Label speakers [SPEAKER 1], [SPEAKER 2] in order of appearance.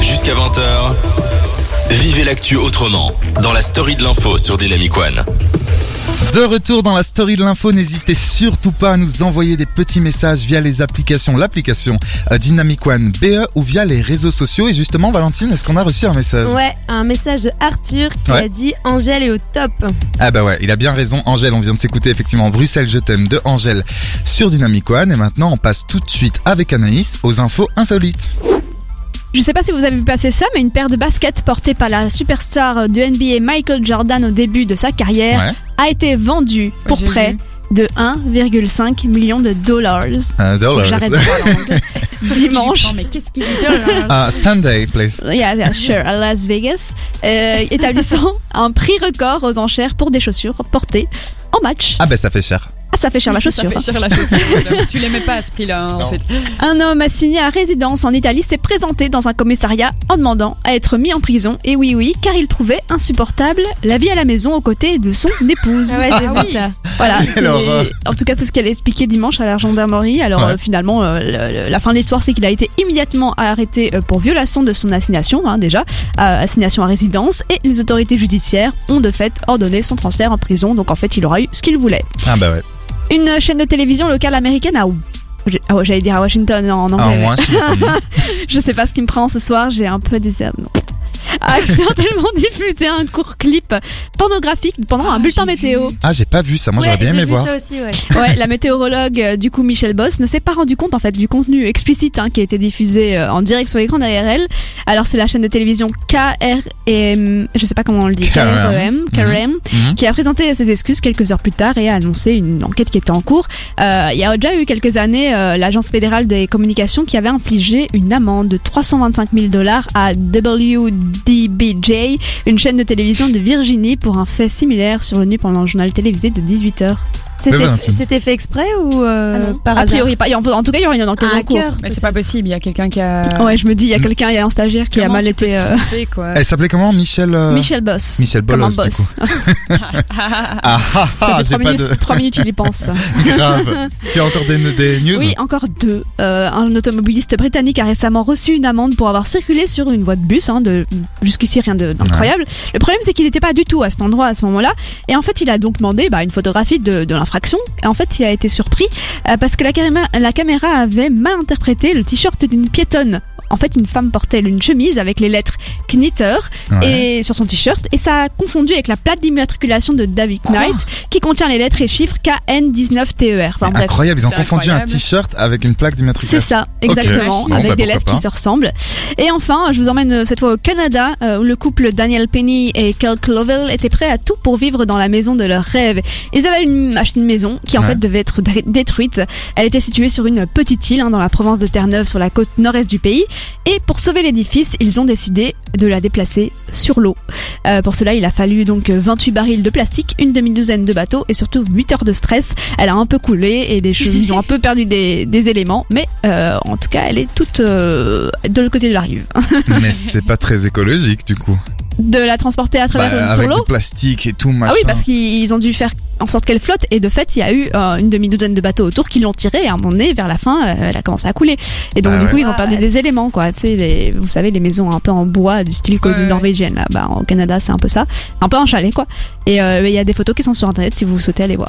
[SPEAKER 1] jusqu'à 20h. Vivez l'actu autrement dans la story de l'info sur Dynamic One.
[SPEAKER 2] De retour dans la story de l'info, n'hésitez surtout pas à nous envoyer des petits messages via les applications, l'application euh, Dynamic One BE ou via les réseaux sociaux. Et justement, Valentine, est-ce qu'on a reçu un message
[SPEAKER 3] Ouais, un message de Arthur qui
[SPEAKER 2] Ouais.
[SPEAKER 3] a dit Angèle est au top.
[SPEAKER 2] Ah bah ouais, il a bien raison, Angèle, on vient de s'écouter effectivement Bruxelles, je t'aime de Angèle sur Dynamic One. Et maintenant, on passe tout de suite avec Anaïs aux infos insolites.
[SPEAKER 4] Je sais pas si vous avez vu passer ça, mais une paire de baskets portée par la superstar de NBA Michael Jordan au début de sa carrière
[SPEAKER 2] Ouais.
[SPEAKER 4] a été vendue pour
[SPEAKER 3] j'ai
[SPEAKER 4] près
[SPEAKER 3] vu.
[SPEAKER 4] de 1,5 million de dollars.
[SPEAKER 2] Euh,
[SPEAKER 4] Faut que
[SPEAKER 2] dollars.
[SPEAKER 4] J'arrête de parler en anglais. Dimanche.
[SPEAKER 5] mais qu'est-ce qu'il lui donne hein
[SPEAKER 2] Ah, Sunday, please.
[SPEAKER 4] Yeah, yeah, sure, à Las Vegas, euh, établissant un prix record aux enchères pour des chaussures portées en match.
[SPEAKER 2] Ah bah ça fait cher.
[SPEAKER 4] Ah, ça fait cher la
[SPEAKER 5] Ça
[SPEAKER 4] chaussure.
[SPEAKER 5] fait cher la chaussure. tu l'aimais pas à ce prix-là, hein, en fait.
[SPEAKER 4] Un homme assigné à résidence en Italie s'est présenté dans un commissariat en demandant à être mis en prison. Et oui, oui, car il trouvait insupportable la vie à la maison aux côtés de son épouse.
[SPEAKER 3] ouais, j'ai
[SPEAKER 5] Ah oui.
[SPEAKER 3] ça.
[SPEAKER 4] Voilà.
[SPEAKER 2] Quelle
[SPEAKER 4] c'est-
[SPEAKER 2] horreur.
[SPEAKER 4] En tout cas, c'est ce qu'elle a expliqué dimanche à la gendarmerie. Alors
[SPEAKER 2] Ouais.
[SPEAKER 4] euh, finalement, euh, le- le- la fin de l'histoire, c'est qu'il a été immédiatement arrêté euh, pour violation de son assignation, hein, déjà euh, assignation à résidence, et les autorités judiciaires ont de fait ordonné son transfert en prison. Donc en fait, il aura eu ce qu'il voulait.
[SPEAKER 2] Ah bah ouais.
[SPEAKER 4] Une chaîne de télévision locale américaine à ah ouais, J'allais dire à Washington, non, en
[SPEAKER 2] Ah,
[SPEAKER 4] anglais.
[SPEAKER 2] moi, je suis étonné.
[SPEAKER 4] Je sais pas ce qui me prend ce soir, j'ai un peu des non. A accidentellement diffusé un court clip pornographique pendant un bulletin météo.
[SPEAKER 2] Ah, j'ai pas vu ça, moi
[SPEAKER 3] Ouais,
[SPEAKER 2] j'aurais bien
[SPEAKER 3] j'ai
[SPEAKER 2] aimé
[SPEAKER 3] vu
[SPEAKER 2] voir.
[SPEAKER 3] ça aussi, ouais.
[SPEAKER 4] Ouais, la météorologue euh, du coup Michel Boss ne s'est pas rendu compte en fait du contenu explicite hein, qui a été diffusé euh, en direct sur l'écran d'ARL. Alors c'est la chaîne de télévision KRM, je sais pas comment on le dit,
[SPEAKER 2] KRM,
[SPEAKER 4] KRM, KRM,
[SPEAKER 2] Mhm.
[SPEAKER 4] qui a présenté ses excuses quelques heures plus tard et a annoncé une enquête qui était en cours. Euh, il y a déjà eu quelques années euh, l'agence fédérale des communications qui avait infligé une amende de 325 000 dollars à WDBJ, une chaîne de télévision de Virginie pour un fait similaire survenu pendant le journal télévisé de 18 heures.
[SPEAKER 2] Ouais,
[SPEAKER 3] C'était
[SPEAKER 2] bah, c'est-
[SPEAKER 3] c'était fait exprès ou euh,
[SPEAKER 5] Ah non.
[SPEAKER 3] par
[SPEAKER 4] A
[SPEAKER 3] hasard
[SPEAKER 4] priori pas. Il y En, en tout cas, il y aura une enquête
[SPEAKER 3] Un
[SPEAKER 4] en cours.
[SPEAKER 3] hacker,
[SPEAKER 5] Mais c'est pas possible, il y a quelqu'un qui a.
[SPEAKER 4] Ouais, je me dis, il y a
[SPEAKER 2] Mm.
[SPEAKER 4] quelqu'un, il y a un stagiaire qui
[SPEAKER 5] Comment
[SPEAKER 4] a mal
[SPEAKER 5] tu peux
[SPEAKER 4] été.
[SPEAKER 5] te
[SPEAKER 4] euh,
[SPEAKER 5] tromper, quoi.
[SPEAKER 2] Elle s'appelait comment Michel euh,
[SPEAKER 4] Michel Boss.
[SPEAKER 2] Michel
[SPEAKER 4] Comme un
[SPEAKER 2] Bolos, du
[SPEAKER 4] boss.
[SPEAKER 2] Ah ah
[SPEAKER 4] Ça
[SPEAKER 2] ah, j'ai
[SPEAKER 4] fait trois
[SPEAKER 2] pas
[SPEAKER 4] minutes,
[SPEAKER 2] de
[SPEAKER 4] trois minutes, il y pense.
[SPEAKER 2] grave. Tu as encore des, des news
[SPEAKER 4] Oui, encore deux. Euh, un automobiliste britannique a récemment reçu une amende pour avoir circulé sur une voie de bus. hein, de, jusqu'ici, rien de- d'incroyable. Le problème, c'est qu'il n'était pas du tout à cet endroit à ce moment-là. Et en fait, il a donc demandé bah, une photographie de, de l'infraction. Et en fait, il a été surpris euh, parce que la, caréma- la caméra avait mal interprété le t-shirt d'une piétonne. En fait, une femme portait une chemise avec les lettres Knitter
[SPEAKER 2] Ouais.
[SPEAKER 4] et sur son t-shirt et ça a confondu avec la plaque d'immatriculation de David
[SPEAKER 2] Ah.
[SPEAKER 4] Knight qui contient les lettres et chiffres KN19TER. E Enfin Ah, bref.
[SPEAKER 2] Incroyable, ils ont
[SPEAKER 5] C'est
[SPEAKER 2] confondu un
[SPEAKER 5] incroyable.
[SPEAKER 2] t-shirt avec une plaque
[SPEAKER 4] C'est
[SPEAKER 2] d'immatriculation.
[SPEAKER 4] ça, exactement,
[SPEAKER 5] Bon,
[SPEAKER 2] bah,
[SPEAKER 4] avec des
[SPEAKER 2] pourquoi
[SPEAKER 4] lettres
[SPEAKER 2] pas.
[SPEAKER 4] qui se ressemblent. Et enfin, je vous emmène euh, cette fois au Canada, euh, où le couple Daniel Penny et Kel Clovel étaient prêts à tout pour vivre dans la maison de leurs rêves. Ils avaient une, acheté une maison qui en
[SPEAKER 2] Ouais.
[SPEAKER 4] fait devait être dé- détruite. Elle était située sur une petite île hein, dans la province de Terre-Neuve, sur la côte nord-est du pays. Et pour sauver l'édifice, ils ont décidé de la déplacer sur l'eau. Euh, pour cela, il a fallu donc 28 barils de plastique, une demi-douzaine de bateaux et surtout 8 heures de stress. Elle a un peu coulé et des cheveux, ils ont un peu perdu des, des éléments, mais euh, en tout cas, elle est toute euh, de l'autre côté de la rive. hein.
[SPEAKER 2] Mais c'est pas très écologique du coup.
[SPEAKER 4] De la transporter à travers
[SPEAKER 2] Bah,
[SPEAKER 4] euh, sur
[SPEAKER 2] avec du
[SPEAKER 4] l'eau
[SPEAKER 2] plastique et tout machin.
[SPEAKER 4] Ah oui, parce qu'ils ont dû faire en sorte qu'elle flotte et de fait, il y a eu euh, une demi-douzaine de bateaux autour qui l'ont tirée et à un moment donné, vers la fin, euh, elle a commencé à couler. Et donc,
[SPEAKER 2] Ah
[SPEAKER 4] du
[SPEAKER 2] ouais.
[SPEAKER 4] coup, ils ont perdu
[SPEAKER 3] What
[SPEAKER 4] des éléments, quoi. Tu sais, les- vous savez, les maisons un peu en bois du style
[SPEAKER 5] Ouais,
[SPEAKER 4] connue
[SPEAKER 5] ouais.
[SPEAKER 4] norvégienne, là, bah, au Canada, c'est un peu ça. Un peu un chalet, quoi. Et euh, il y a des photos qui sont sur internet si vous souhaitez aller voir.